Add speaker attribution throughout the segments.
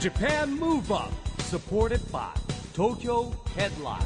Speaker 1: JAPAN MOVE UP SUPPORTED BY TOKYO HEADLINE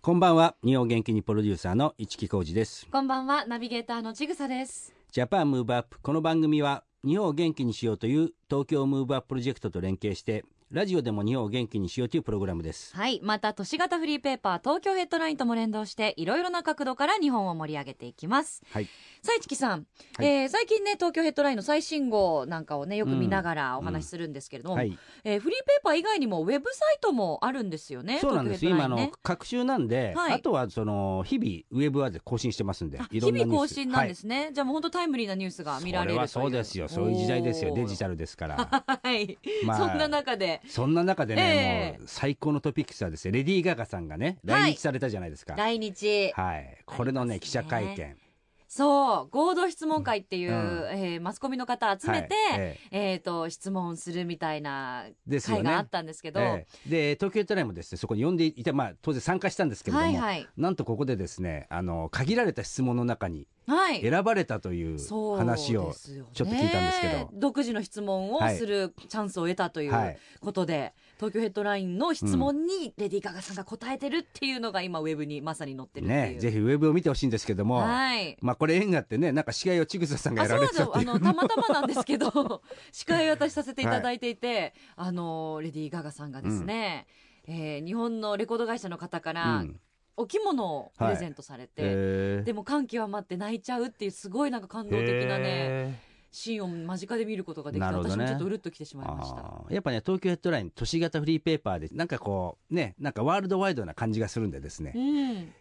Speaker 2: こんばんは日本元気にプロデューサーの市木浩司です
Speaker 3: こんばんは、ナビゲーターのちぐさです。
Speaker 2: ジャパンムーブアップこの番組は日本を元気にしようという東京ムーブアッププロジェクトと連携してラジオでも日本を元気にしようというプログラムです
Speaker 3: はい、また都市型フリーペーパー、東京ヘッドラインとも連動して、いろいろな角度から日本を盛り上げていきます。
Speaker 2: はい
Speaker 3: さいちきさん、
Speaker 2: はい
Speaker 3: えー最近ね、東京ヘッドラインの最新号なんかをね、よく見ながら
Speaker 2: ん
Speaker 3: お話しするんですけれども、
Speaker 2: はい
Speaker 3: えーフリーペーパー以外にもウェブサイトもあるんですよね。
Speaker 2: そうなんです
Speaker 3: 東京ヘ
Speaker 2: 今
Speaker 3: ッドライン
Speaker 2: の
Speaker 3: ね
Speaker 2: 各週なんで、
Speaker 3: はい
Speaker 2: あとはその日々ウェブは更新してますんで
Speaker 3: あ
Speaker 2: いろ
Speaker 3: 日
Speaker 2: んなニ
Speaker 3: 々
Speaker 2: ュー
Speaker 3: 更
Speaker 2: ス
Speaker 3: 新なんですね、じゃあもう本当タイムリーなニュースが
Speaker 2: はい
Speaker 3: 見られる
Speaker 2: そ
Speaker 3: とい
Speaker 2: れ
Speaker 3: う
Speaker 2: はそうですよそういう時代ですよ
Speaker 3: おー
Speaker 2: デジタルですから
Speaker 3: はい、
Speaker 2: まあ
Speaker 3: そんな中で
Speaker 2: そんな中でね、
Speaker 3: ええ
Speaker 2: もう最高のトピックスはですねレディー・ガガさんがね
Speaker 3: は
Speaker 2: 来
Speaker 3: い
Speaker 2: 日されたじゃないですかはい、
Speaker 3: 来日、
Speaker 2: これのね
Speaker 3: ありますね
Speaker 2: 記者会見
Speaker 3: そう合同質問会っていう、
Speaker 2: うん
Speaker 3: えーマスコミの方集めて、
Speaker 2: はいえ
Speaker 3: えー、と質問するみたいな
Speaker 2: ですよね
Speaker 3: 会があったんですけど
Speaker 2: ええで東京ヘッドラインもですねそこに呼んでいて、まあ、当然参加したんですけれども、
Speaker 3: はいはい
Speaker 2: なんとここでですねあの限られた質問の中に
Speaker 3: はい
Speaker 2: 選ばれたという
Speaker 3: そう
Speaker 2: 話を
Speaker 3: ですよね
Speaker 2: ちょっと聞いたんですけど
Speaker 3: 独自の質問を
Speaker 2: はい
Speaker 3: するチャンスを得たとい
Speaker 2: は
Speaker 3: う
Speaker 2: い
Speaker 3: ことで、東京ヘッドラインの質問にレディー・ガガさんが答えてるっていうのが今ウェブにまさに載ってるってい
Speaker 2: ね、
Speaker 3: う。
Speaker 2: ぜひウェブを見てほしいんですけども、
Speaker 3: はい
Speaker 2: まあ、これ縁があってねなんか司会を千草さんが
Speaker 3: あ
Speaker 2: や
Speaker 3: そ
Speaker 2: ら
Speaker 3: う
Speaker 2: れ
Speaker 3: なん
Speaker 2: てたっ
Speaker 3: です
Speaker 2: てい
Speaker 3: よあ
Speaker 2: う
Speaker 3: のたまたまなんです けど司会を私させていただいていて、あのレディー・ガガさんがですね、えー日本のレコード会社の方か
Speaker 2: う
Speaker 3: ら
Speaker 2: ん
Speaker 3: お着物をプレゼントされ て、
Speaker 2: へえ
Speaker 3: でも感極まって泣いちゃうっていうすごいなんか感動的なね
Speaker 2: へ
Speaker 3: シーンを間近で見ることができ
Speaker 2: な
Speaker 3: た、
Speaker 2: るほど
Speaker 3: 私
Speaker 2: ね
Speaker 3: もちょっとうるっときてし
Speaker 2: え
Speaker 3: まいました。
Speaker 2: あーやっぱね東京ヘッドライン都市型フリーペーパーでなんかこうねなんかワールドワイドな感じがするんでですね
Speaker 3: う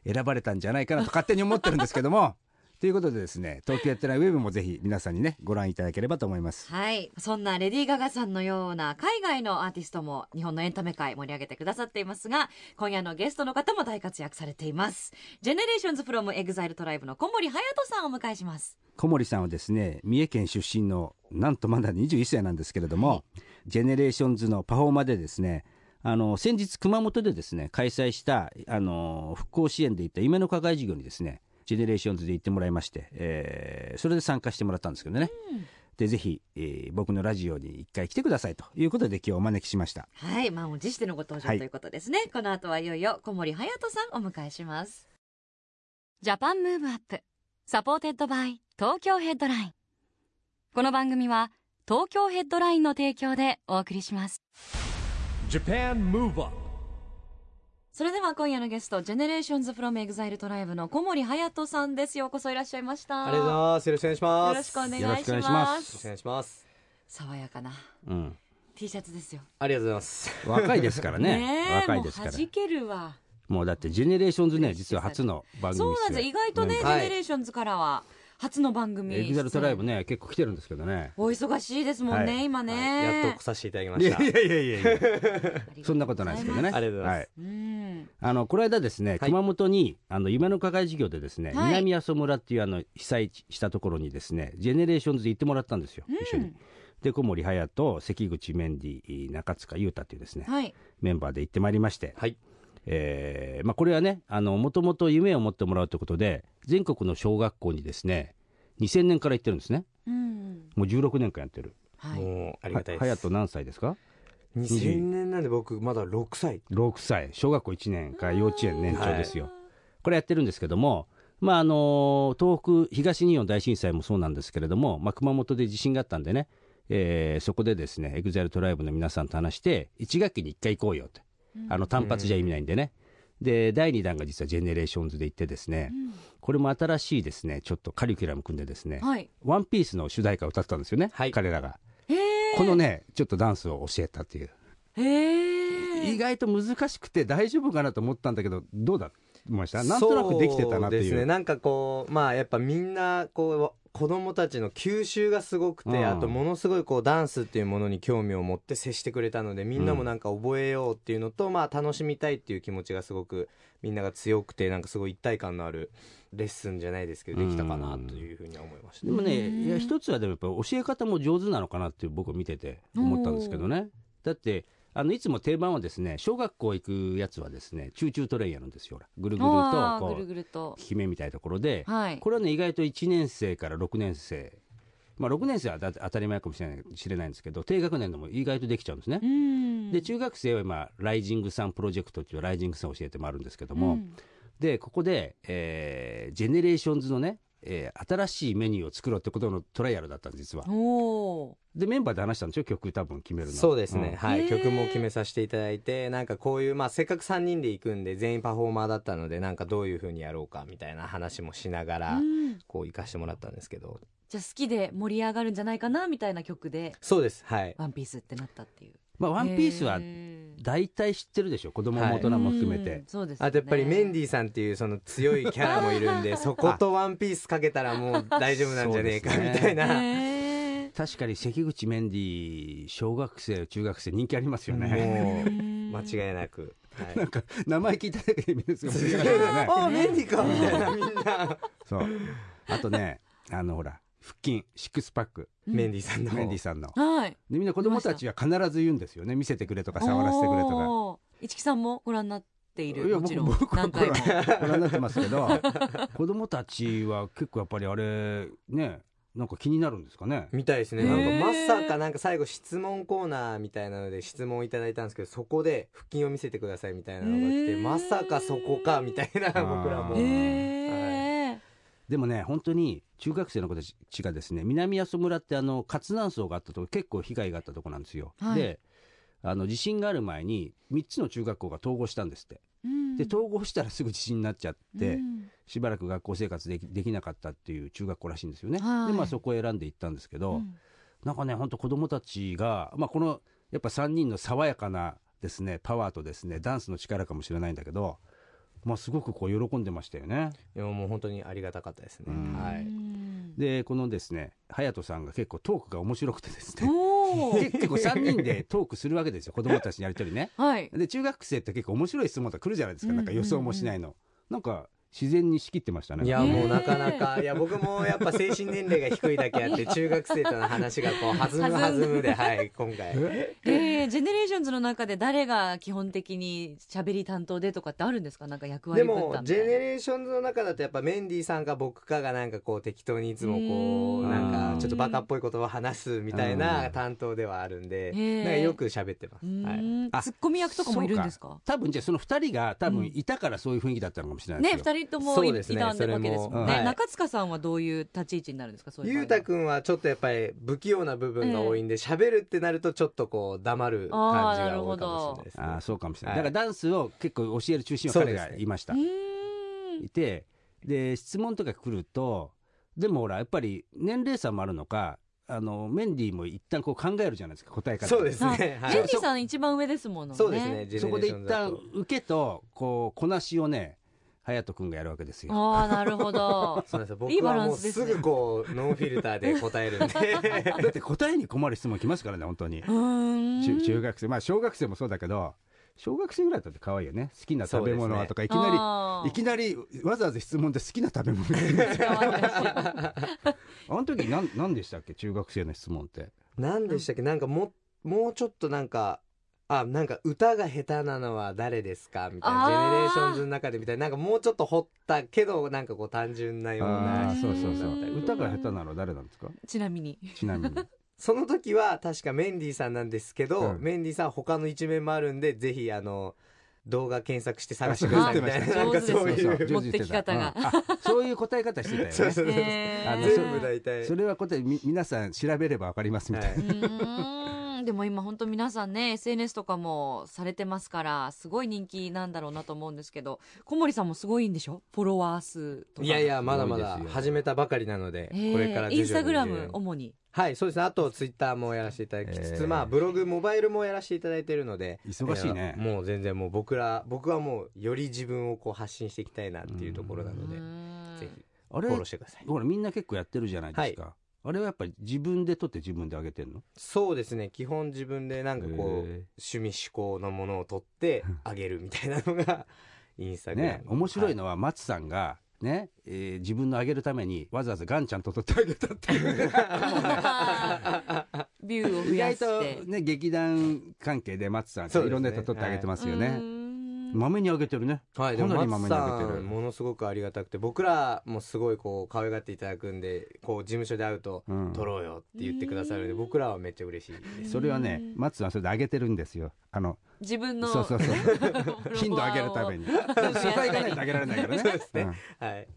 Speaker 3: ん、
Speaker 2: 選ばれたんじゃないかなと勝手に思ってるんですけど もということでですね東京やってないウェブもぜひ皆さんにねご覧いただければと思います
Speaker 3: はいそんなレディー・ガガさんのような海外のアーティストも日本のエンタメ界盛り上げてくださっていますが今夜のゲストの方も大活躍されていますジェネレーションズフロムエグザイルトライブの小森隼人さんをお迎えします
Speaker 2: 小森さんはですね三重県出身のなんとまだ21歳なんですけれども、
Speaker 3: はい
Speaker 2: ジェネレーションズのパフォーマーでですねあの先日熊本でですね開催したあの復興支援で行った夢の課外事業にですねジェネレーションズで行ってもらいまして、えーそれで参加してもらったんですけどね、でぜひ、えー僕のラジオに一回来てくださいということで今日お招きしました
Speaker 3: はい満を持してのご登場ということですね、この後はいよいよ小森隼人さんお迎えします
Speaker 4: ジャパンムーブアップサポーテッドバイ東京ヘッドラインこの番組は東京ヘッドラインの提供でお送りします
Speaker 1: JAPAN MOVE UP
Speaker 3: それでは今夜のゲストジェネレーションズフロムエグザイルトライブの小森隼人さんですようこそいらっしゃいました
Speaker 5: ありがとうございます。よろしくお願いします。
Speaker 3: よろしくお願いし
Speaker 2: よろ
Speaker 3: ま
Speaker 2: し
Speaker 3: す
Speaker 2: くお願いします
Speaker 5: よろしくお願いします。
Speaker 3: 爽やかな
Speaker 2: うん、
Speaker 3: T シャツですよ
Speaker 5: ありがとうございます。
Speaker 2: 若いですから ね若いですから
Speaker 3: もう弾けるわ
Speaker 2: もうだってジェネレーションズね実は初の番組
Speaker 3: そうなんですよ意外とね、
Speaker 2: うん
Speaker 3: ジェネレーションズからは初の番組
Speaker 2: エグザルトライブね結構来てるんですけどね
Speaker 3: お忙しいですもんね、
Speaker 2: はい
Speaker 3: 今ね、
Speaker 5: はいやっと来させていただきま
Speaker 2: い
Speaker 5: し
Speaker 2: や
Speaker 5: た。
Speaker 2: いやいやいやいや
Speaker 3: ありがとうございます
Speaker 2: そんなことないですけどね
Speaker 5: ありがとうございます
Speaker 2: は
Speaker 3: うん
Speaker 2: あのこの間ですね
Speaker 5: はい
Speaker 2: 熊本にあの夢の課外事業でですね
Speaker 3: はい
Speaker 2: 南阿蘇村っていうあの被災したところにですねジェネレーションズ行ってもらったんですよ一緒にで小森隼人関口メンディ中塚裕太っていうですね
Speaker 3: はい
Speaker 2: メンバーで行ってまいりまして
Speaker 5: はい。
Speaker 2: えーまあ、これはねもともと夢を持ってもらうということで全国の小学校にですね2000年から行ってるんですね
Speaker 3: うん
Speaker 2: もう16年間やってる
Speaker 3: はい
Speaker 5: もう、ありがたいで
Speaker 2: 隼
Speaker 5: す。
Speaker 2: 人何歳ですか
Speaker 5: 2000年なんで僕、まだ6歳。
Speaker 2: 6歳小学校1年から幼稚園年長ですよ、これやってるんですけどもまああの東北東日本大震災もそうなんですけれども、まあ、熊本で地震があったんでね、えーそこでですねエグザイルトライブの皆さんと話して1学期に1回行こうよって、あの単発じゃ意味ないんでね、で第2弾が実はジェネレーションズで行ってですね、これも新しいですねちょっとカリキュラム組んでですね、
Speaker 3: はい
Speaker 2: ワンピースの主題歌を歌ったんですよね、
Speaker 5: はい
Speaker 2: 彼らが
Speaker 3: へえ
Speaker 2: このねちょっとダンスを教えたっていう
Speaker 3: へ
Speaker 2: 意
Speaker 3: え
Speaker 2: 外と難しくて大丈夫かなと思ったんだけどどうだ思いましたなんとなくできてたなってい
Speaker 5: そうですね。
Speaker 2: う
Speaker 5: なんかこう、まあやっぱみんな、こう、子供たちの吸収がすごくて、
Speaker 2: うん
Speaker 5: あとものすごいこうダンスっていうものに興味を持って接してくれたので、みんなもなんか覚えようっていうのと、まあ楽しみたいっていう気持ちがすごく、みんなが強くて、なんかすごい一体感のあるレッスンじゃないですけど、できたかなというふうには思いました
Speaker 2: で。もねいや一つはでもやっぱ教え方も上手なのかなっていう僕を見てて思ったんですけどねだってあのいつも定番はですね小学校行くやつはですねチューチュートレインやるんですよほらぐるぐると
Speaker 3: あー
Speaker 2: こ
Speaker 3: ぐる
Speaker 2: う
Speaker 3: ぐると
Speaker 2: 決めみたいなところで、
Speaker 3: はい
Speaker 2: これはね意外と1年生から6年生まあ、6年生はだ当たり前かもしれない知れないんですけど低学年でも意外とできちゃうんですね
Speaker 3: う。ん
Speaker 2: で中学生は今ライジングさんプロジェクトっていうライジングさん教えてもあるんですけど
Speaker 4: う
Speaker 2: も、
Speaker 4: ん
Speaker 2: でここで、えージェネレーションズのね、えー新しいメニューを作ろうってことのトライアルだったんです実は。
Speaker 3: おー
Speaker 2: でメンバーで話したんでしょ曲多分決めるのは
Speaker 5: そうですね、
Speaker 2: ん
Speaker 5: は
Speaker 3: へ
Speaker 5: い
Speaker 3: ー
Speaker 5: 曲も決めさせていただいてなんかこういう、まあ、せっかく3人で行くんで全員パフォーマーだったのでなんかどういう風にやろうかみたいな話もしながら、
Speaker 3: うん
Speaker 5: こう行かしてもらったんですけど
Speaker 3: じゃあ好きで盛り上がるんじゃないかなみたいな曲で
Speaker 5: そうですはい
Speaker 3: 「ワンピースってなったっていう。
Speaker 2: まあ、ワンピースは
Speaker 3: へー
Speaker 2: 大体知ってるでしょ子供も大人も含めて、
Speaker 3: うんそうですよね
Speaker 5: あとやっぱりメンディーさんっていうその強いキャラもいるんでそこと「ワンピースかけたらもう大丈夫なんじゃねえか
Speaker 2: そうですね
Speaker 5: みたいな、
Speaker 3: へ
Speaker 2: 確かに関口メンディー小学生中学生人気ありますよね
Speaker 5: もう
Speaker 3: ー
Speaker 5: 間違いなく、はい
Speaker 2: なん か名前聞いただけで見るんですが盛り上がるよね
Speaker 5: ああメンディーかみたいなみんな
Speaker 2: そうあとねあのほら腹筋シックスパック
Speaker 5: メンディーさんの
Speaker 2: メンディーさんの
Speaker 3: はい
Speaker 2: でみんな子供たちは必ず言うんですよね見せてくれとか触らせてくれとか
Speaker 3: おー市木さんもご覧になっている
Speaker 2: いや
Speaker 3: もち
Speaker 2: 僕
Speaker 3: ろん
Speaker 2: 僕は
Speaker 3: 何
Speaker 2: ご
Speaker 3: 回も
Speaker 2: 覧ご覧になってますけど子供たちは結構やっぱりあれねなんか気になるんですかね
Speaker 5: みたいですね
Speaker 3: へ
Speaker 5: なん
Speaker 3: ー
Speaker 5: かまさかなんか最後質問コーナーみたいなので質問いただいたんですけどそこで腹筋を見せてくださいみたいなのが来
Speaker 3: へ
Speaker 5: て
Speaker 3: ー
Speaker 5: まさかそこかみたいな
Speaker 2: あー
Speaker 5: 僕らも
Speaker 2: ご
Speaker 3: へ
Speaker 2: 覧
Speaker 3: え
Speaker 2: でもね本当に中学生の子たちがですね南阿蘇村ってあの活断層があったとこ結構被害があったとこなんですよ、
Speaker 3: はい
Speaker 2: であの地震がある前に3つの中学校が統合したんですってで統合したらすぐ地震になっちゃって、しばらく学校生活できできなかったっていう中学校らしいんですよね、
Speaker 3: はい
Speaker 2: でまあそこを選んで行ったんですけど、なんかね本当子供たちが、まあ、このやっぱ3人の爽やかなですねパワーとですねダンスの力かもしれないんだけど、まあ、すごくこう喜んでましたよね。
Speaker 5: でももう本当にありがたかったですね、
Speaker 2: うん
Speaker 5: はい
Speaker 2: でこのですね隼人さんが結構トークが面白くてですね
Speaker 3: おー
Speaker 2: 結 結構3人でトークするわけですよ子供たちにやりとりね
Speaker 3: はい
Speaker 2: で中学生って結構面白い質問とか来るじゃないですかなんか
Speaker 3: うんうん
Speaker 2: 予
Speaker 3: うん
Speaker 2: 想もしないの、なんか自然に仕切ってましたね
Speaker 5: いやもう
Speaker 3: ね
Speaker 5: なかなかいや僕もやっぱ精神年齢が低いだけあって中学生との話がこう弾む弾むではい今回
Speaker 3: えージェネレーションズの中で誰が基本的に喋り担当でとかってあるんですかなんか役
Speaker 5: で
Speaker 3: 割分担み
Speaker 5: も
Speaker 3: たいな
Speaker 5: ジェネレーションズの中だとやっぱメンディーさんか僕かがなんかこう適当にいつもこ
Speaker 3: う
Speaker 5: うんなんかちょっとバカっぽいことを話すみたいな担当ではあるんで
Speaker 3: へえ
Speaker 5: なんかよく喋ってます、
Speaker 3: うー
Speaker 5: はい、
Speaker 3: ん
Speaker 2: あ
Speaker 3: ツッコミ役とかもいるんですか
Speaker 2: 多分じゃあその2人が多
Speaker 3: う
Speaker 2: 分
Speaker 3: ん
Speaker 2: いたからそういう雰囲気だったのかもしれないです
Speaker 3: ね
Speaker 2: よ、
Speaker 3: 二人とも
Speaker 5: そ
Speaker 3: いう
Speaker 5: ですね
Speaker 3: いたんでわけですもんね、
Speaker 2: それもはい
Speaker 3: 中塚さんはどういう立ち位置になるんですかそういう場合
Speaker 5: ゆ
Speaker 3: は
Speaker 5: うたくんはちょっとやっぱり不器用な部分が多いんで喋るってなるとちょっとこう黙る感じが多いかもしれないですね
Speaker 2: ああそうかもしれない、
Speaker 5: はい
Speaker 2: だからダンスを結構教える中心は彼がいました、
Speaker 3: うーん
Speaker 2: いてで質問とか来るとでもほらやっぱり年齢差もあるのかあのメンディーも一旦こう考えるじゃないですか答え方
Speaker 5: そうですね
Speaker 3: あ
Speaker 5: は
Speaker 3: ジェニ
Speaker 5: い
Speaker 3: ーさん一番上ですものね
Speaker 5: そうですねジェ
Speaker 2: そ
Speaker 5: ネ
Speaker 2: こ
Speaker 5: レー
Speaker 2: で
Speaker 5: シ
Speaker 2: 一
Speaker 5: ョンズだ
Speaker 2: 旦
Speaker 5: と
Speaker 2: 受けとこうこなしをね隼人君がやるわけですよ
Speaker 3: ああなる ほど
Speaker 5: そうなんですよ
Speaker 3: いい
Speaker 5: 僕
Speaker 3: バ
Speaker 5: は
Speaker 3: ラ
Speaker 5: も
Speaker 3: ン
Speaker 5: う
Speaker 3: スです
Speaker 5: す
Speaker 3: ね
Speaker 5: ぐこうノンフィルターで答える んで
Speaker 2: だって答えに困る質問きますからね本当に
Speaker 3: うーん
Speaker 2: 中中学生まあ小学生もそうだけど小学生ぐらいだって可愛いよね好きな食べ物はとかいきな
Speaker 3: あ
Speaker 2: り
Speaker 3: ー
Speaker 2: いきなりわざわざ質問で好きな食べ物言うん ですよあの時なん何でしたっけ中学生の質問って
Speaker 5: 何でしたっけなんかももうちょっとなんかあなんか歌が下手なのは誰ですかみたいな
Speaker 3: あー
Speaker 5: ジェネレーションズの中でみたいななんかもうちょっと掘ったけどなんかこう単純なよう
Speaker 2: あ
Speaker 5: な
Speaker 2: ーそうそうそう
Speaker 5: 質問だったりとか
Speaker 2: 歌が下手なのは誰なんですか
Speaker 3: ちな みに
Speaker 2: ちなみに
Speaker 5: その時は確かメンディーさんなんですけど、
Speaker 2: うん
Speaker 5: メンディーさんは他の一面もあるんでぜひあの動画検索して探してくださいみたい
Speaker 2: あ
Speaker 5: な
Speaker 2: 言
Speaker 5: なんか
Speaker 3: 上手です
Speaker 5: そう
Speaker 3: ね
Speaker 5: いうそう
Speaker 3: 持ってき方が
Speaker 2: うんあそういう答え方してたよね
Speaker 5: そうそうそう
Speaker 2: あの
Speaker 5: 全部
Speaker 3: だ
Speaker 5: 大体
Speaker 2: それは答えみ皆さん調べればわかりますみたいな、
Speaker 5: はいう
Speaker 3: ーんでも今本当皆さんね SNS とかもされてますからすごい人気なんだろうなと思うんですけど小森さんもすごいんでしょフォロワー数とか
Speaker 5: いやいやまだま
Speaker 2: すご
Speaker 5: だ
Speaker 2: いですよ
Speaker 5: 始めたばかりなので、
Speaker 3: えー
Speaker 5: これから徐々に
Speaker 3: インスタグラム主に
Speaker 5: はい、そうですね。あと、ツイッターもやらせていただきつつ、
Speaker 2: えー
Speaker 5: まあ、ブログ、モバイルもやらせていただいてるので。
Speaker 2: 忙しいね
Speaker 5: えーもう全然もう僕ら、僕はもう、より自分をこう発信していきたいなっていうところなので
Speaker 3: う、ーん
Speaker 5: ぜひ、
Speaker 2: あ
Speaker 5: フ
Speaker 2: れ
Speaker 5: ォローしてください。
Speaker 2: ほらみんな結構やってるじゃないですか、あれはやっぱり自分で撮って自分で上げてんの
Speaker 5: そうですね。基本自分でなんかこう、
Speaker 2: え
Speaker 5: 趣味思考のものを取 って、あげるみたいなのが、インスタグラム。
Speaker 2: ね面白い
Speaker 5: は
Speaker 2: のは松さんがね、えー自分の上げるためにわざわざガンちゃんと撮ってあげたっていう
Speaker 3: ビューを増
Speaker 2: 意
Speaker 3: や
Speaker 2: 外
Speaker 3: して
Speaker 2: とね劇団関係で松さん
Speaker 5: そうで
Speaker 2: い
Speaker 5: すね
Speaker 2: ろんな人撮ってあげてますよね
Speaker 3: うーん
Speaker 2: まめに上げてるね。
Speaker 5: はい、でも
Speaker 2: かなりまめ
Speaker 5: 松
Speaker 2: に
Speaker 5: さ
Speaker 2: 上げてる
Speaker 5: んものすごくありがたくて僕らもすごいこう可愛がっていただくんでこう事務所で会うと
Speaker 2: う
Speaker 5: 「
Speaker 2: ん
Speaker 5: 撮ろうよ」って言ってくださるので僕らはめっちゃ嬉しいです
Speaker 2: それはね、松さんそれで上げてるんですよ。あの、
Speaker 3: 自分の
Speaker 2: そう そうそう。頻度上げるため
Speaker 3: に
Speaker 2: に。初回がないと上げられないからね。
Speaker 5: そうですね
Speaker 2: うん
Speaker 5: はい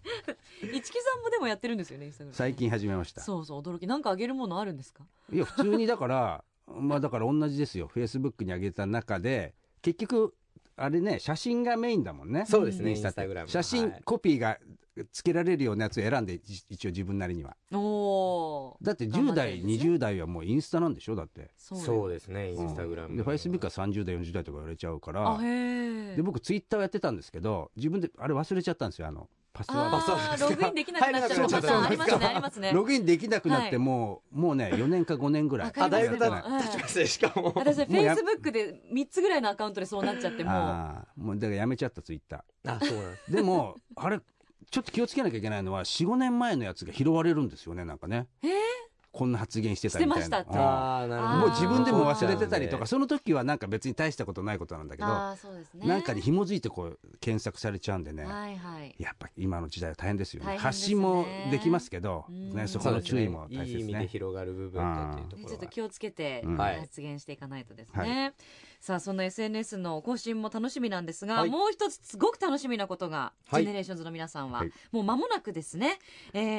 Speaker 3: 一木さんもでもやってるんですよねインスタグラム
Speaker 2: 最近始めました。
Speaker 3: そうそう驚きなんかあげるものあるんですか
Speaker 2: いや、普通にだから、まあだから同じですよ。Facebook に上げた中で、結局、あれね、写真がメインだもんね。
Speaker 5: そうです
Speaker 2: イ
Speaker 5: ねイ
Speaker 2: ン
Speaker 5: ン
Speaker 2: スタっ
Speaker 5: ス
Speaker 2: て
Speaker 5: タグラム
Speaker 2: 写真、
Speaker 5: はい
Speaker 2: コピーがつけられるようなやつ選んで、じ一応自分なりには。
Speaker 3: おおー
Speaker 2: だって10代、20代はもうインスタなんでしょだって。
Speaker 3: そうだ
Speaker 5: そうですねイ
Speaker 2: うん
Speaker 5: ンスタグラム
Speaker 2: で、Facebook は30代、40代とか言われちゃうから
Speaker 3: あ。へえ
Speaker 2: で、僕、ツイッターをやってたんですけど、自分で、あれ忘れちゃったんですよ。あの、パスワード。
Speaker 3: あーログインできなくなっちゃ
Speaker 2: 入らなくな
Speaker 3: うパ
Speaker 2: っ
Speaker 3: タ
Speaker 2: ちゃう
Speaker 3: ーンありますねありますね
Speaker 2: ログインできなくなっ
Speaker 3: は
Speaker 2: て、
Speaker 3: い
Speaker 2: もう、もうね、4年か5年ぐらい。
Speaker 3: わかります
Speaker 5: あだいぶ経つ
Speaker 2: やってない
Speaker 3: はい
Speaker 5: 確かにしか も
Speaker 3: 私フ
Speaker 2: もう
Speaker 3: ェ
Speaker 2: や
Speaker 3: イスブックで3つぐらいのアカウントでそうなっちゃってもう
Speaker 2: ああ、もう、だからやめちゃった、ツイッター。
Speaker 5: あそうなんです
Speaker 2: でも、 あれ、ちょっと気をつけなきゃいけないのは、4、5年前のやつが拾われるんですよね、なんかね。
Speaker 3: えー
Speaker 2: こんな発言してたみたいな。
Speaker 3: してましたって
Speaker 2: うん
Speaker 5: あーなる
Speaker 2: も
Speaker 5: ほど
Speaker 2: う自分でも忘れてたりと
Speaker 5: あ
Speaker 2: か、
Speaker 5: ー
Speaker 2: その時はなんか別に大したことないことなんだけど、
Speaker 4: ああそうですね
Speaker 2: なんかに紐づいてこう、検索されちゃうんでね。
Speaker 4: はいはい
Speaker 2: やっぱ今の時代は大変ですよね。
Speaker 4: 大変ですね
Speaker 2: 発信もできますけど、
Speaker 3: うん
Speaker 2: ね、そこ
Speaker 5: そう
Speaker 2: の
Speaker 5: ですね
Speaker 2: 注意も大切
Speaker 5: いい
Speaker 2: です
Speaker 5: 意味
Speaker 2: ね
Speaker 5: で。広がる部分だっていうと
Speaker 3: ね
Speaker 5: こ
Speaker 3: ちょ
Speaker 5: ろ
Speaker 3: っと
Speaker 5: は
Speaker 3: 気をつけて
Speaker 2: うん
Speaker 5: はい
Speaker 3: 発言していかないとですね、
Speaker 2: は
Speaker 3: さあその SNS の更新も楽しみなんですが、
Speaker 5: はい
Speaker 3: もう一つすごく楽しみなことが、
Speaker 5: はい
Speaker 3: ジェネレーションズの皆さんは、
Speaker 2: はい
Speaker 3: もう間もなくですね、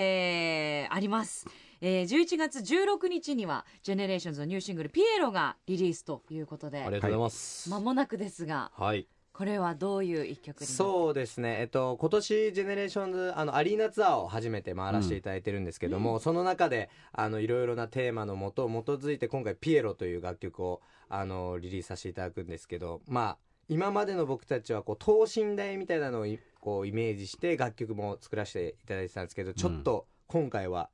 Speaker 3: えーあります、えー、11月16日にはジェネレーションズのニューシングル「ピエロ」がリリースということ
Speaker 5: あり
Speaker 3: で
Speaker 5: がとうございます
Speaker 3: 間もなくですが
Speaker 5: はい
Speaker 3: これはどういう一曲になる
Speaker 5: そうですね、えっと、今年ジェネレーションズあのアリーナツアーを初めて回らせていただいてるんですけども、その中であのいろいろなテーマのもと基づいて今回「ピエロ」という楽曲をあのリリースさせていただくんですけどまあ今までの僕たちはこう等身大みたいなのをいこうイメージして楽曲も作らせていただいてたんですけどちょっと今回は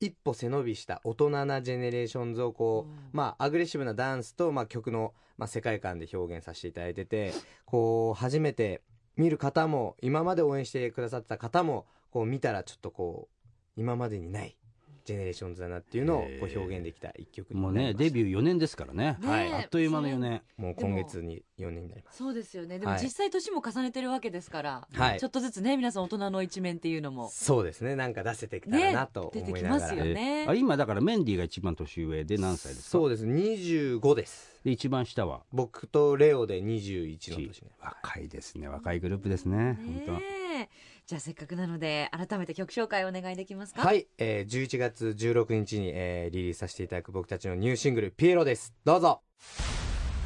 Speaker 5: 一歩背伸びした大人なジェネレーションズをこう、まあ、アグレッシブなダンスと、まあ、曲の、まあ、世界観で表現させていただいててこう初めて見る方も今まで応援してくださってた方もこう見たらちょっとこう今までにないジェネレーションズだなっていうのをこう表現できた一曲に
Speaker 2: もう
Speaker 5: な
Speaker 2: ね、
Speaker 5: りまし
Speaker 2: デ
Speaker 5: た
Speaker 2: ビュー4年ですからね。
Speaker 3: ね
Speaker 5: はい
Speaker 3: え
Speaker 2: あっという間の4年。
Speaker 5: もう今月に4年になります
Speaker 3: そうですよねでも
Speaker 5: はい
Speaker 3: 実際年も重ねてるわけですから、
Speaker 5: はい
Speaker 3: ちょっとずつね皆さん大人の一面っていうのも
Speaker 5: そうですねなんか出せてきたら
Speaker 3: ね
Speaker 5: なと
Speaker 3: 出て
Speaker 5: 思い
Speaker 3: き
Speaker 5: な
Speaker 3: ま
Speaker 5: がら、
Speaker 3: すよね、
Speaker 2: えーあ今だからメンディーが一番年上で何歳ですか
Speaker 5: そうです25です
Speaker 2: で一番下は
Speaker 5: 僕とレオで21の年になります
Speaker 2: 若いですね若いグループですね
Speaker 3: ね
Speaker 2: 本
Speaker 3: えじゃあせっかくなので改めて曲紹介お願いできますか、
Speaker 5: はい、えー、11月16日に、えーリリースさせていただく僕たちのニューシングル「ピエロ」ですどうぞ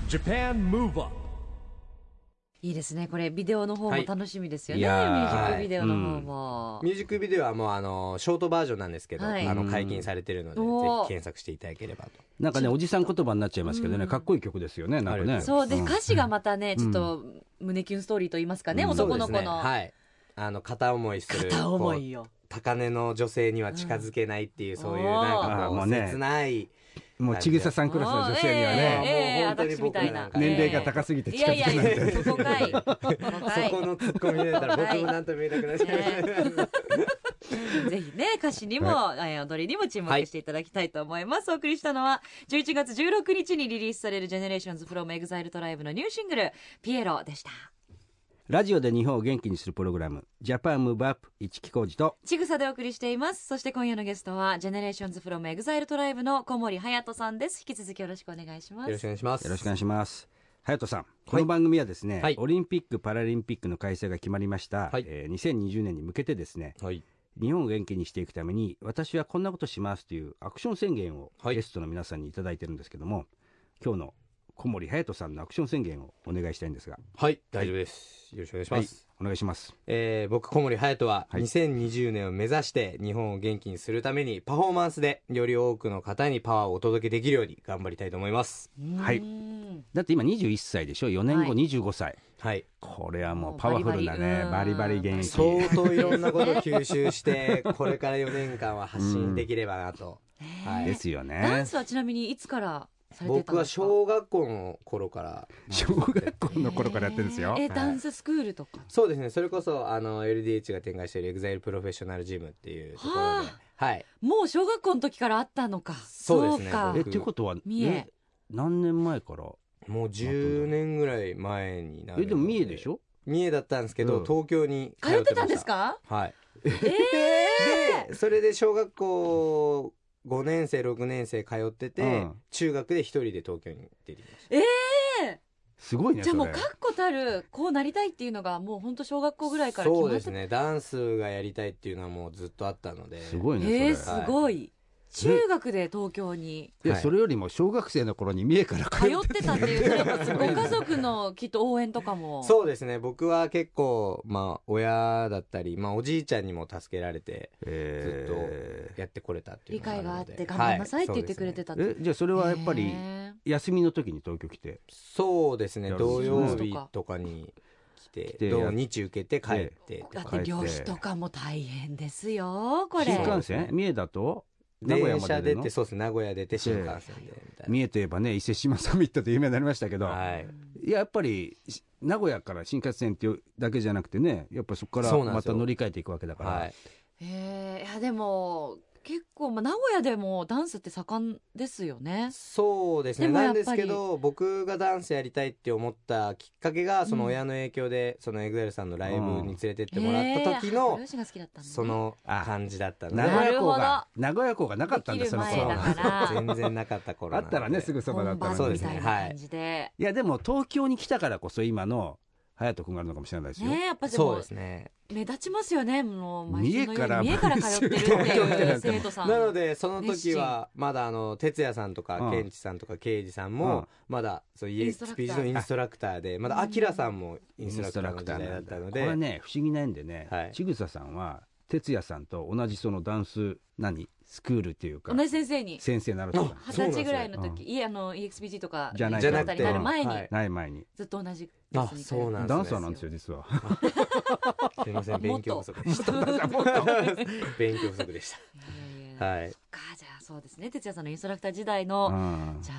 Speaker 1: Japan Move Up
Speaker 3: いいですねこれビデオの方も
Speaker 5: はい
Speaker 3: 楽しみですよね、
Speaker 2: いやー
Speaker 3: ミュージックビデオの方も、
Speaker 5: ミュージックビデオはもうあのショートバージョンなんですけど、
Speaker 3: はい
Speaker 5: あの解禁されてるのでぜ
Speaker 3: おー
Speaker 5: ひ検索していただければと
Speaker 2: 当なんかねおじさん言葉になっちゃいますけどねかっこいい曲ですよねなんかね
Speaker 3: そうで
Speaker 2: ん
Speaker 3: 歌詞がまたねちょっと胸キュンストーリーと言いますかね、
Speaker 2: うん
Speaker 3: 男の
Speaker 5: そ
Speaker 3: 子
Speaker 5: うですね
Speaker 3: の
Speaker 5: はいあの片思いする
Speaker 3: 片思い
Speaker 5: こ
Speaker 3: よ
Speaker 5: う高値の女性には近づけないっていう、そういう
Speaker 3: おー
Speaker 5: なんか
Speaker 2: あー
Speaker 5: こ
Speaker 2: もう
Speaker 5: う
Speaker 2: ね
Speaker 5: 切ない
Speaker 2: もうちぐささんクラスの女性にはね
Speaker 3: ええええ
Speaker 5: もう本当に
Speaker 3: 私みたいな
Speaker 5: 僕なんかね
Speaker 2: 年齢が高すぎて
Speaker 3: い
Speaker 2: 近
Speaker 3: や
Speaker 2: づ
Speaker 3: いや
Speaker 2: けないみたいない
Speaker 3: やそこかい
Speaker 5: そこのツッコミでたら僕もなんとも言えなくなっちゃ いましたね
Speaker 3: ぜひね、歌詞にも、えー踊りにも注目していただきたいと思います。お送りしたのは、11月16日にリリースされる Generations from Exile Tribe のニューシングル、ピエロでした。
Speaker 2: ラジオで日本を元気にするプログラムジャパンムーブアップ一木工事と
Speaker 3: ちぐさでお送りしています。そして今夜のゲストは、Generations from Exile Tribe の小森隼人さんです。引き続きよろしくお願いします。
Speaker 5: よろしくお願いします
Speaker 2: よろしくお願いします隼人さんこの番組はですね、
Speaker 5: はい
Speaker 2: オリンピック・パラリンピックの開催が決まりました、
Speaker 5: はい
Speaker 2: えー2020年に向けてですね
Speaker 5: はい
Speaker 2: 日本を元気にしていくために私はこんなことしますというアクション宣言を
Speaker 5: はい
Speaker 2: ゲストの皆さんに頂いただいてるんですけども、今日の小森隼人さんのアクション宣言をお願いしたいんですが
Speaker 5: はい大丈夫ですよろしくお願いします、
Speaker 2: はいお願いします
Speaker 5: えー僕小森隼人は
Speaker 2: はい
Speaker 5: 2020年を目指して日本を元気にするためにパフォーマンスでより多くの方にパワーをお届けできるように頑張りたいと思います
Speaker 2: は
Speaker 3: う
Speaker 2: い
Speaker 3: ん
Speaker 2: だって今21歳でしょ4年
Speaker 3: はい
Speaker 2: 後25歳、
Speaker 5: はい
Speaker 2: これはもうパワフルなね
Speaker 3: もうバ
Speaker 2: バ
Speaker 3: リ
Speaker 2: リ
Speaker 3: バ
Speaker 2: バ
Speaker 3: リ
Speaker 2: リ現役
Speaker 5: 相当いろんなことを吸 収してこれから4年間は発信できればなと、は
Speaker 2: で
Speaker 5: い、
Speaker 2: すよ
Speaker 3: ダ
Speaker 2: ね
Speaker 3: ンスはちなみにいつからされてた
Speaker 5: 僕
Speaker 3: ん
Speaker 5: は
Speaker 3: ですか
Speaker 5: 小学校の頃から
Speaker 2: 小学校の頃からやってるんですよ、
Speaker 3: えーえーダンススクールとか。
Speaker 5: そうですねそれこそあの LDH が展開している EXILE プロフェッショナルジムっていうところで
Speaker 3: は
Speaker 5: は
Speaker 3: あ
Speaker 5: い
Speaker 3: もう小学校の時からあったのか。
Speaker 5: そうですね
Speaker 3: か
Speaker 5: え
Speaker 2: えっていうことは
Speaker 3: 三重
Speaker 2: え何年前から
Speaker 5: もう10年ぐらい前になる
Speaker 2: え
Speaker 5: の
Speaker 2: でも三重でしょ
Speaker 5: 三重だったんですけど、
Speaker 2: うん
Speaker 5: 東京に
Speaker 3: 通ってたんです
Speaker 5: か
Speaker 3: か
Speaker 5: はい
Speaker 3: ええ
Speaker 5: でそれで小学校5年生6年生通ってて、
Speaker 2: うん
Speaker 5: 中学で一人で東京に出てきまし
Speaker 2: す ごいね
Speaker 3: じゃあもう
Speaker 2: それ
Speaker 3: 確固たるこうなりたいっていうのがもう本当小学校
Speaker 5: た
Speaker 3: ぐらいから決
Speaker 5: そ
Speaker 3: ま
Speaker 5: う
Speaker 3: っ
Speaker 5: で
Speaker 3: て
Speaker 5: す
Speaker 3: た
Speaker 5: ねダンスがやりたいっていうのはもうずっとあったのです
Speaker 2: ごいねそれ、
Speaker 3: えー、
Speaker 5: はい
Speaker 3: すごい中学で東京に
Speaker 2: いや、
Speaker 5: はい
Speaker 2: それよりも小学生の頃に三重から
Speaker 3: 通
Speaker 2: 通っ
Speaker 3: っててたっていうそれもすごいご家族のきっと応援とかも
Speaker 5: そうですね僕は結構まあ親だったり、まあ、おじいちゃんにも助けられてず
Speaker 2: え
Speaker 5: っとやってこれたってい
Speaker 3: 理解
Speaker 5: うのがる
Speaker 3: があ
Speaker 5: の
Speaker 3: っ
Speaker 5: で
Speaker 3: て頑張りなさいって
Speaker 5: は
Speaker 3: 言ってくれて
Speaker 5: そうで
Speaker 3: たって、
Speaker 5: すね
Speaker 2: ーえじゃあそれはやっぱり
Speaker 3: へ
Speaker 2: 休みの時に東京来て
Speaker 5: そうですね
Speaker 2: やる
Speaker 5: 土曜
Speaker 3: そう
Speaker 5: 日
Speaker 3: か
Speaker 5: とかに来て
Speaker 2: て
Speaker 5: 土日受けて帰って
Speaker 3: ーだ
Speaker 2: 帰っ
Speaker 3: って
Speaker 2: て
Speaker 3: 旅費とかも大変ですよこれ
Speaker 2: 新幹
Speaker 5: そう
Speaker 2: 線
Speaker 5: ですね
Speaker 2: 三重だと名古屋
Speaker 5: 電
Speaker 2: ま
Speaker 5: 車
Speaker 2: で出
Speaker 5: 出
Speaker 2: るの
Speaker 5: てそうですね名古屋出て新幹線でみたい
Speaker 2: 三重といえばね伊勢志摩サミットという有名になりましたけど、
Speaker 5: なはい
Speaker 2: いややっぱりし名古屋から新幹線っていうだけじゃなくてねやっぱそこか
Speaker 5: そ
Speaker 2: ら
Speaker 5: うなん
Speaker 2: ま
Speaker 5: です
Speaker 2: た
Speaker 5: よ
Speaker 2: 乗り換えていくわけだから、
Speaker 5: はい
Speaker 3: へえいやでも結構、まあ、名古屋でもダンスって盛んですよね
Speaker 5: そうですね
Speaker 3: でもや
Speaker 5: な
Speaker 3: っ
Speaker 5: ん
Speaker 3: ぱ
Speaker 5: で
Speaker 3: り
Speaker 5: すけど僕がダンスやりたいって思ったきっかけがその親の影響で、そのエグゼルさんのライブに連れてってもらった時
Speaker 3: へえ
Speaker 5: の
Speaker 3: ご、両親が好きだったんだね
Speaker 5: その
Speaker 2: あ
Speaker 5: 感じだったの
Speaker 2: 名
Speaker 5: で
Speaker 2: 古屋港
Speaker 3: なる
Speaker 2: が名古屋港がなかったんですその
Speaker 3: できる
Speaker 2: 頃
Speaker 3: 前だか
Speaker 2: は
Speaker 3: ら
Speaker 5: 全然なかった頃
Speaker 2: あっ
Speaker 5: なんで
Speaker 2: たらねすぐそばだっ
Speaker 3: 本
Speaker 2: た
Speaker 5: そ
Speaker 3: 番
Speaker 5: う
Speaker 2: のに、
Speaker 3: み
Speaker 5: です
Speaker 3: たい
Speaker 5: ね
Speaker 3: な
Speaker 5: はい
Speaker 3: 感じで
Speaker 2: いやでも東京に来たからこそ今の隼人君があるのかもしれないですよ、
Speaker 3: ねやっぱで
Speaker 5: そう
Speaker 3: も
Speaker 5: ですね
Speaker 3: 目立ちますよねもう毎
Speaker 2: 三重
Speaker 3: 週のよう
Speaker 2: から
Speaker 3: に三重から通ってるっていう生徒さん
Speaker 5: なのでその時はまだあの哲也さんと
Speaker 2: うん
Speaker 5: かケンチさんとかケイジさんもまだそうイ
Speaker 3: イン
Speaker 5: エ
Speaker 3: ストラ
Speaker 5: ス
Speaker 3: クター
Speaker 5: ピーチのインストラクターでまだアキラさんもイ
Speaker 2: イ
Speaker 5: ン
Speaker 2: ン
Speaker 5: ス
Speaker 2: ス
Speaker 5: ト
Speaker 2: ト
Speaker 5: ラ
Speaker 2: ラ
Speaker 5: ク
Speaker 2: ク
Speaker 5: タ
Speaker 2: タ
Speaker 5: ー
Speaker 2: ー
Speaker 5: の時代だ
Speaker 2: な
Speaker 5: っ
Speaker 2: ん
Speaker 5: た
Speaker 2: だ
Speaker 5: の
Speaker 2: これ
Speaker 5: で
Speaker 2: ね不思議なんでね、
Speaker 5: はい
Speaker 2: ちぐささんは哲也さんと同じそのダンス何スクールっていうか
Speaker 3: 同じ先生に
Speaker 2: 先生習ってた
Speaker 3: 二
Speaker 5: そ
Speaker 3: 十
Speaker 5: うなんです
Speaker 3: 歳
Speaker 5: よ
Speaker 3: ぐらいの時、いやあの EXPG とか
Speaker 2: じゃない
Speaker 5: じゃ
Speaker 3: だっ
Speaker 5: な
Speaker 3: たり
Speaker 5: くて
Speaker 3: なる前に、
Speaker 5: はい
Speaker 2: ない前に
Speaker 3: ずっと同じ
Speaker 5: あ
Speaker 3: クラス
Speaker 5: そうなんです
Speaker 2: ダ
Speaker 5: ね
Speaker 2: ンサーなんですよ実は
Speaker 5: すいません勉強不足でし
Speaker 3: に通っていやいや
Speaker 5: た勉強不足でしたはい
Speaker 3: かじゃあそうですね哲也さんのインストラクター時代の、
Speaker 2: うん
Speaker 3: じゃあ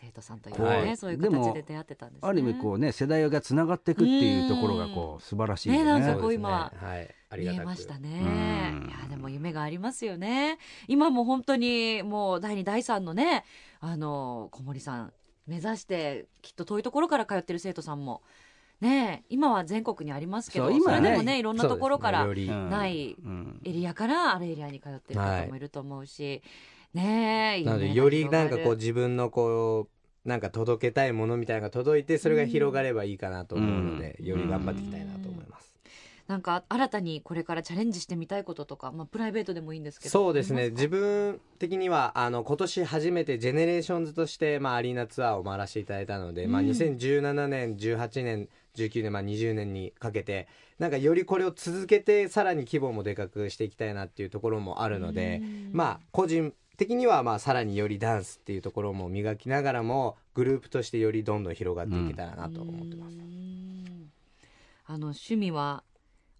Speaker 3: 生徒さんというかね、
Speaker 5: はい
Speaker 3: そういう
Speaker 2: でも
Speaker 3: 形で出会ってたんですね
Speaker 2: ある意味こうね世代がつながっていくっていうところがこう素晴らしいよね
Speaker 3: ねなんか
Speaker 5: そう
Speaker 3: こう
Speaker 5: ですね
Speaker 3: 今
Speaker 5: はいあり
Speaker 3: 見え
Speaker 5: がたく
Speaker 3: ましたね
Speaker 2: うん
Speaker 3: いやでも夢がありますよね今も本当にもう第2第3のねあの小森さん目指してきっと遠いところから通ってる生徒さんもねえ今は全国にありますけど
Speaker 2: そう今
Speaker 3: そ
Speaker 2: はね
Speaker 3: れでもねいろんなところから
Speaker 5: そうですねより
Speaker 2: うん
Speaker 3: ない
Speaker 2: うん
Speaker 3: エリアからあるエリアに通ってる方もいると思うし、ねえ
Speaker 5: なのでよりなんかこう自分のこうなんか届けたいものみたいなのが届いてそれが広がればいいかなと思うので、
Speaker 2: うん
Speaker 5: より頑張っていきたいなと思います、
Speaker 3: なんか新たにこれからチャレンジしてみたいこととか、まあ、プライベートでもいいんですけど
Speaker 5: そうですね
Speaker 3: あります
Speaker 5: 自分的にはあの今年初めてジェネレーションズとして、まあ、アリーナツアーを回らせていただいたので、まあ、2017年18年19年、まあ、20年にかけてなんかよりこれを続けてさらに規模もでかくしていきたいなっていうところもあるので、まあ個人的にはまあさらによりダンスっていうところも磨きながらもグループとしてよりどんどん広がっていけたらなと思ってます、
Speaker 3: うんあの趣味は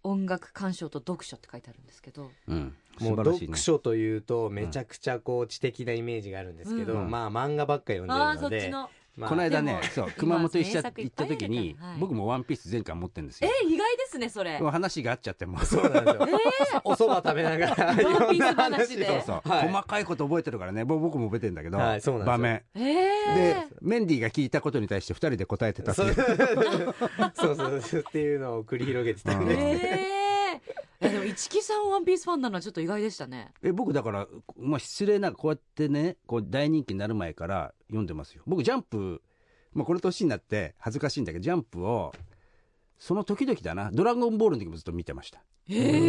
Speaker 3: 音楽鑑賞と読書って書いてあるんですけど
Speaker 2: うん
Speaker 5: も
Speaker 2: 素
Speaker 5: う
Speaker 2: 晴らしいね
Speaker 5: 読書というとめちゃくちゃこう知的なイメージがあるんですけど、
Speaker 2: うん
Speaker 5: まあ漫画ばっか読んでる
Speaker 3: ああーそ
Speaker 5: の
Speaker 3: っち
Speaker 5: で、
Speaker 3: の
Speaker 5: まあ
Speaker 2: この間
Speaker 3: でも
Speaker 2: ねそう
Speaker 3: 今
Speaker 2: 熊本行っちゃ
Speaker 3: 名作い
Speaker 2: 行
Speaker 3: っ
Speaker 2: っ
Speaker 3: ぱい
Speaker 2: た
Speaker 3: あるか
Speaker 2: 時
Speaker 3: ら
Speaker 2: に
Speaker 3: はい
Speaker 2: 僕もワンピース全巻持ってるんです
Speaker 3: え
Speaker 2: よ
Speaker 3: 意外ですねそれ
Speaker 2: でも話が合っちゃってもうそう
Speaker 5: そうなんですよ、お蕎麦食べながらい
Speaker 3: ワン
Speaker 5: ろ
Speaker 3: ピ
Speaker 5: ん
Speaker 3: ース
Speaker 5: な
Speaker 3: 話
Speaker 5: 話
Speaker 3: で
Speaker 5: で
Speaker 2: そう
Speaker 5: はい
Speaker 2: 細かいこと覚えてるからね僕僕も覚えてるんだけど
Speaker 5: はいそうな
Speaker 2: 場
Speaker 5: んですよ
Speaker 2: 面
Speaker 3: ええ
Speaker 2: でメンディーが聞いたことに対して二人で答えてたっていう
Speaker 5: そうそうそうっていうのを繰り広げてたん
Speaker 3: ええ
Speaker 5: で、
Speaker 3: えでも一木さんワンピースファンなのはちょっと意外でしたね
Speaker 2: え僕だから、まあ、失礼なこうやってねこう大人気になる前から読んでますよ僕ジャンプ、まあ、この年になって恥ずかしいんだけどジャンプをその時々だな「ドラゴンボール」の時もずっと見てました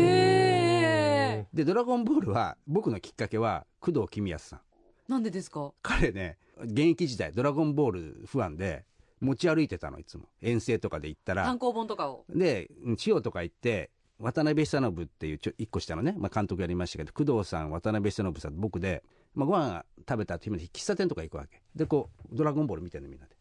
Speaker 3: ええ
Speaker 2: で「ドラゴンボールは」僕のきっかけは工藤公康さん
Speaker 3: なんでですか
Speaker 2: 彼ね現役時代「ドラゴンボール」不安で持ち歩いてたのいつも遠征とかで行ったら
Speaker 3: 単行本とかを
Speaker 2: で千代とか行って渡辺久信っていうちょ一個下のね、まあ、監督やりましたけど工藤さん渡辺久信さん僕で、まあ、ご飯食べた後に喫茶店とか行くわけでこう「ドラゴンボール」見てるのみんなで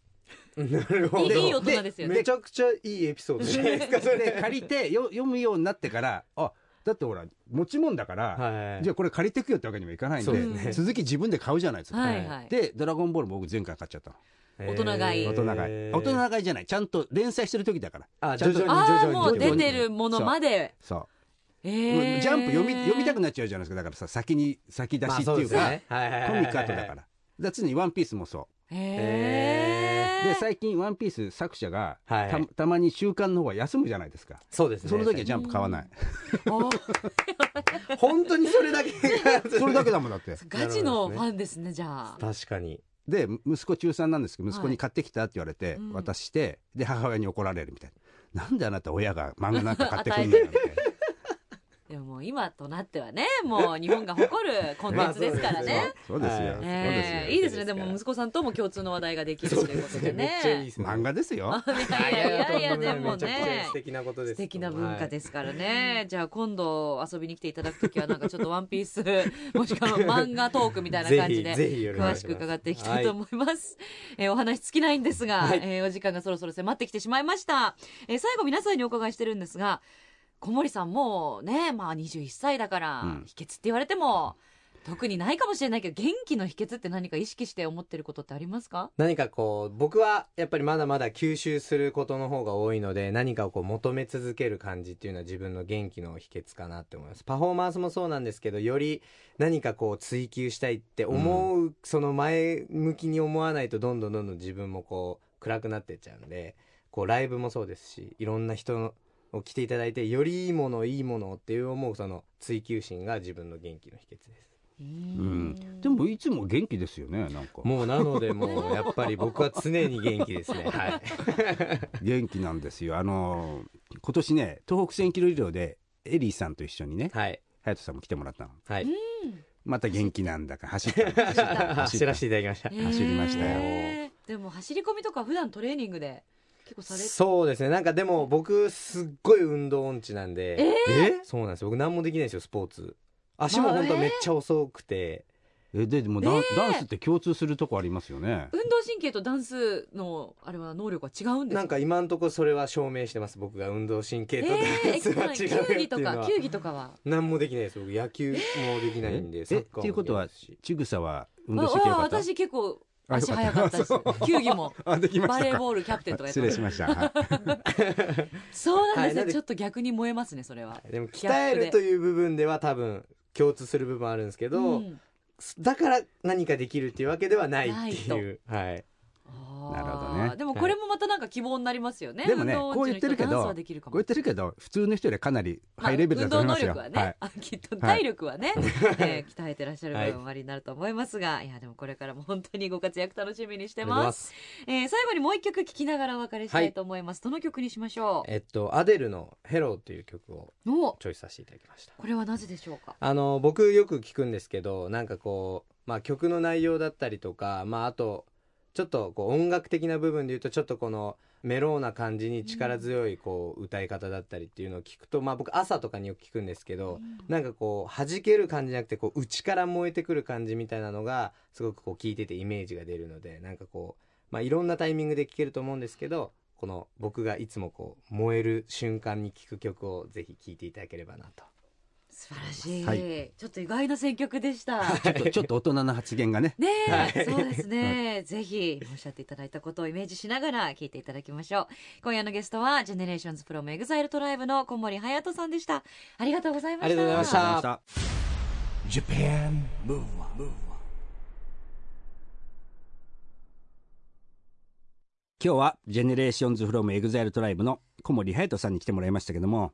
Speaker 5: なる
Speaker 3: い
Speaker 5: ほ
Speaker 3: いいい
Speaker 5: ど
Speaker 3: 大人ですよね
Speaker 5: めちゃくちゃいいエピソードじゃないです かそれ
Speaker 2: で借りてよ読むようになってからあだってほら持ち物だから、
Speaker 5: はい
Speaker 2: じゃあこれ借りてくよってわけにもいかないんで
Speaker 5: そうですね
Speaker 2: 続き自分で買うじゃないですか、
Speaker 3: はいはい
Speaker 2: で「ドラゴンボール」僕前回買っちゃったの
Speaker 3: 大人買い
Speaker 2: 大人買い、大人買いじゃないちゃんと連載してる時だから
Speaker 5: あ
Speaker 2: ちゃんと
Speaker 5: 徐々に
Speaker 3: ああも
Speaker 2: 徐々
Speaker 3: う出
Speaker 2: に
Speaker 3: てるものまで
Speaker 2: そう
Speaker 3: ええ
Speaker 2: ジャンプ読み読みたくなっちゃうじゃないですかだからさ先に先出しっていうか、
Speaker 5: はいはいはい
Speaker 2: コミカットだから。だ常にワンピースもそ
Speaker 3: へえ
Speaker 2: で最近「ワンピース作者がた,、
Speaker 5: はい
Speaker 2: たまに週刊の方は休むじゃないですか
Speaker 5: そうですね
Speaker 2: その時はジャンプ買わない
Speaker 3: お
Speaker 5: 本当にそれだ け
Speaker 2: それだけだもんだって
Speaker 3: ガチのファンですねじゃあ。
Speaker 5: 確かに
Speaker 2: で息子中3なんですけど息子
Speaker 3: は
Speaker 2: に
Speaker 3: い
Speaker 2: 買ってきたって言われて
Speaker 3: うん
Speaker 2: 渡して、で母親に怒られるみたいななんであなた親が漫画なんか買ってくんだよみたいな
Speaker 3: でももう今となってはねもう日 本が誇るコンテンツですから ね。
Speaker 2: そうですよ、
Speaker 5: はい
Speaker 3: ええ
Speaker 5: そうですよ
Speaker 3: いいですねでも息子さんとも共通の話題ができるということで
Speaker 5: めっちゃいい
Speaker 3: ね
Speaker 5: で。すね
Speaker 2: 漫画ですよ
Speaker 3: い やいやいやいやでも
Speaker 5: めちゃくちゃ
Speaker 3: ね
Speaker 5: 素。敵なことです、
Speaker 3: 素敵な文化ですすからね、じゃあ今度遊びに来ていただくときはなんかちょっとワンピース もしくは漫画トークみたいな感じで
Speaker 5: ぜひぜひよろしくお
Speaker 3: 詳
Speaker 5: 願いし
Speaker 3: し
Speaker 5: ます
Speaker 3: く伺っていきたいと思います、えーお話尽きないんですが、
Speaker 5: はい
Speaker 3: えーお時間がそろそろ迫ってきてしまいました、えー最後皆さんにお伺いしてるんですが小森さんもうねまあ21歳だから、
Speaker 2: うん
Speaker 3: 秘訣って言われても特にないかもしれないけど元気の秘訣って何か意識して思ってることってありますか
Speaker 5: 何かこう僕はやっぱりまだまだ吸収することの方が多いので何かをこう求め続ける感じっていうのは自分の元気の秘訣かなって思いますパフォーマンスもそうなんですけどより何かこう追求したいって思う、その前向きに思わないとどんどんどんどん自分もこう暗くなってっちゃうんでこうライブもそうですしいろんな人のを来ていただいてよりいいものいいものっていう思うその追求心が自分の元気の秘訣です
Speaker 3: う
Speaker 2: うん、でもいつも元気ですよねなんか
Speaker 5: もうなのでもうやっぱり僕は常に元気ですね はい
Speaker 2: 元気なんですよあのー今年ね東北線キロリレーでエリーさんと一緒にね
Speaker 5: はい。
Speaker 2: 隼人さんも来てもらったの
Speaker 5: はい。
Speaker 2: また元気なんだ か走ったの 走ったの走
Speaker 5: 走
Speaker 2: った
Speaker 5: らせていただきました。
Speaker 2: 走りましたよ
Speaker 3: えーでも走り込みとか普段トレーニングで結構されて
Speaker 5: そうですね。なんかでも僕すっごい運動音痴なんで。えそうなんですよ。僕何もできないんですよ、スポーツ。足も本当はめっちゃ遅くて。
Speaker 2: えででもダン,、ダンスって共通するとこありますよね
Speaker 3: 運動神経とダンスのあれは能力は違うんです
Speaker 5: なんか今んとこそれは証明してます。僕が運動神経とダンスは
Speaker 3: えー
Speaker 5: 違
Speaker 3: え球
Speaker 5: う
Speaker 3: 技
Speaker 5: って
Speaker 3: と
Speaker 5: いうの
Speaker 3: か
Speaker 5: は。
Speaker 3: 球技とかは
Speaker 5: 何もできないです。僕野球もできないん
Speaker 2: え
Speaker 5: で、サ
Speaker 2: え
Speaker 5: ッ
Speaker 2: っ
Speaker 5: カーもできないですし。
Speaker 2: ていうことはちぐさは運動神経
Speaker 3: わ
Speaker 2: 良
Speaker 3: わ
Speaker 2: かった
Speaker 3: 私結構
Speaker 2: あ
Speaker 3: 足早かったです
Speaker 2: よかった
Speaker 3: 球技も
Speaker 2: あできま
Speaker 3: バ
Speaker 2: し
Speaker 3: レ
Speaker 2: たか
Speaker 3: ーボールキャプテンとかやっ
Speaker 2: 失
Speaker 3: て
Speaker 2: 礼しましたはい
Speaker 3: そうなんですね、
Speaker 5: はいなんで
Speaker 3: ちょっと逆に燃えますねそれは
Speaker 5: でも鍛えるという部分では多分共通する部分あるんですけど、
Speaker 3: うん
Speaker 5: だから何かできるっていうわけではないっていう。はい。
Speaker 3: あー
Speaker 2: なるほどね
Speaker 3: でもこれもまたなんか希望になりますよね、
Speaker 2: でもね
Speaker 3: 運動音痴
Speaker 2: こう言ってるけど
Speaker 3: の人ダンスはできるか
Speaker 2: こう
Speaker 3: も
Speaker 2: 言ってるけど普通の人よりかなりハイレベルだと
Speaker 3: まあ
Speaker 2: 思いますよ、
Speaker 3: 運動能力はね、あきっと体力はね、えー鍛えてらっしゃる部分もありになると思いますが、い、やでもこれからも本当にご活躍楽しみにして
Speaker 5: ありがとうござい
Speaker 3: ま
Speaker 5: ますす
Speaker 3: えー最後にもう一曲聴きながらお別れしたいと思います、どの曲にしましょ
Speaker 5: えっと、アデルのヘローっていう曲を
Speaker 3: うお
Speaker 5: チョイスさせていただきました。
Speaker 3: これはなぜでしょうか
Speaker 5: あの、僕よく聞くんですけど、なんかこう、まあ曲の内容だったりとか、まああと、ちょっとこう音楽的な部分で言うと、ちょっとこのメローな感じに力強いこう歌い方だったりっていうのを聞くと、まあ僕朝とかによく聞くんですけど、なんかこう弾ける感じじゃなくて、こう内から燃えてくる感じみたいなのが、すごくこう聞いててイメージが出るので、なんかこう、まあいろんなタイミングで聴けると思うんですけど、この僕がいつもこう燃える瞬間に聴く曲をぜひ聴いていただければなと。
Speaker 3: 素晴らしい、
Speaker 2: はい
Speaker 3: ちょっと意外な選曲でした
Speaker 2: ちょっとちょっと大人な発言がね
Speaker 3: ねえ、そうですね。ぜひ、おっしゃっていただいたことをイメージしながら聞いていただきましょう。今夜のゲストは、ジェネレーションズプロムエグザイルトライブの小森隼人さんでした。ありがとうございました。
Speaker 5: ありがとうございました
Speaker 1: Japan Move Up
Speaker 2: 今日はジェネレーションズフロムエグザイルトライブの小森隼人さんに来てもらいましたけども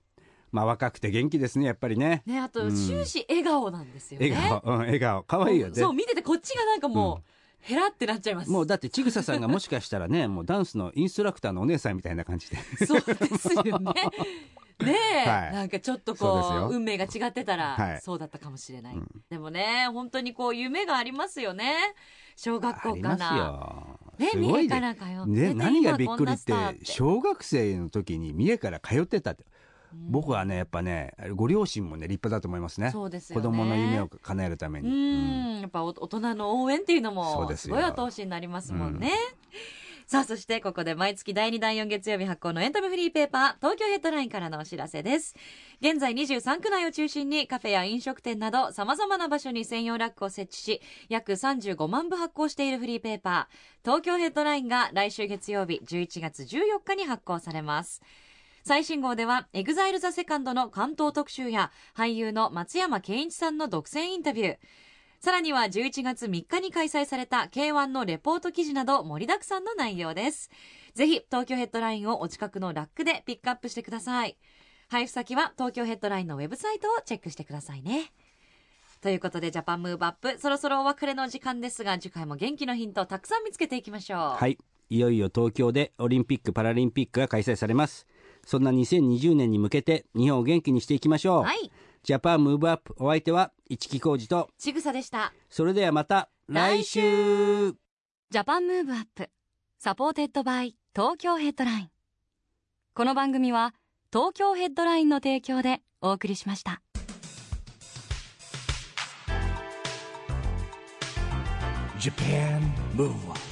Speaker 2: まあ若くて元気ですねやっぱりね
Speaker 3: ね、あと、
Speaker 2: うん
Speaker 3: 終始笑顔なんですよね。
Speaker 2: 笑顔、うん、笑顔可愛いよね
Speaker 3: そう、見ててこっちがなんかもう、ヘラってなっちゃいます。
Speaker 2: もうだってちぐささんがもしかしたらねもうダンスのインストラクターのお姉さんみたいな感じ で
Speaker 3: そうですよね。ねえ、
Speaker 2: はい
Speaker 3: なんかちょっと
Speaker 2: そうです
Speaker 3: こ
Speaker 2: よ
Speaker 3: う運命が違ってたら、
Speaker 2: はい
Speaker 3: そうだったかもしれない、でもね本当にこう夢がありますよね小学
Speaker 2: あ
Speaker 3: 校
Speaker 2: り
Speaker 3: か
Speaker 2: ます
Speaker 3: ら
Speaker 2: よ
Speaker 3: ね
Speaker 2: すごい
Speaker 3: 三重から通ってて
Speaker 2: ね何がびっくりっ
Speaker 3: 今こんなスターってて
Speaker 2: 小学生の時に三重から通ってたって僕はねやっぱねご両親もね立派だと思いますね
Speaker 3: そうですよね
Speaker 2: 子供の夢を叶えるため
Speaker 3: う
Speaker 2: に、うん
Speaker 3: んやっぱお大人の応援っていうの
Speaker 2: そう
Speaker 3: も
Speaker 2: ですす
Speaker 3: ご
Speaker 2: よ
Speaker 3: い後押しになりますもんね、さあそしてここで毎月第2第4月曜日発行のエンタメフリーペーパー東京ヘッドラインからのお知らせです現在23区内を中心にカフェや飲食店など様々な場所に専用ラックを設置し約35万部発行しているフリーペーパー東京ヘッドラインが来週月曜日11月14日に発行されます最新号では、エグザイル・ザ・セカンドの関東特集や、俳優の松山ケンイチさんの独占インタビュー、さらには11月3日に開催された K1 のレポート記事など盛りだくさんの内容です。ぜひ東京ヘッドラインをお近くのラックでピックアップしてください。配布先は東京ヘッドラインのウェブサイトをチェックしてくださいね。ということでジャパンムーブアップそろそろお別れの時間ですが次回も元気のヒントをたくさん見つけていきましょう。
Speaker 2: はい。いよいよ東京でオリンピック・パラリンピックが開催されます。そんな2020年に向けて日本を元気にしていきましょう。
Speaker 3: はい。
Speaker 2: ジャパンムーブアップお相手は市木浩二と、
Speaker 3: ちぐさでした。
Speaker 2: それではまた来週
Speaker 4: ジャパンムーブアップサポーテッドバイ東京ヘッドラインこの番組は東京ヘッドラインの提供でお送りしました
Speaker 1: Japan Move Up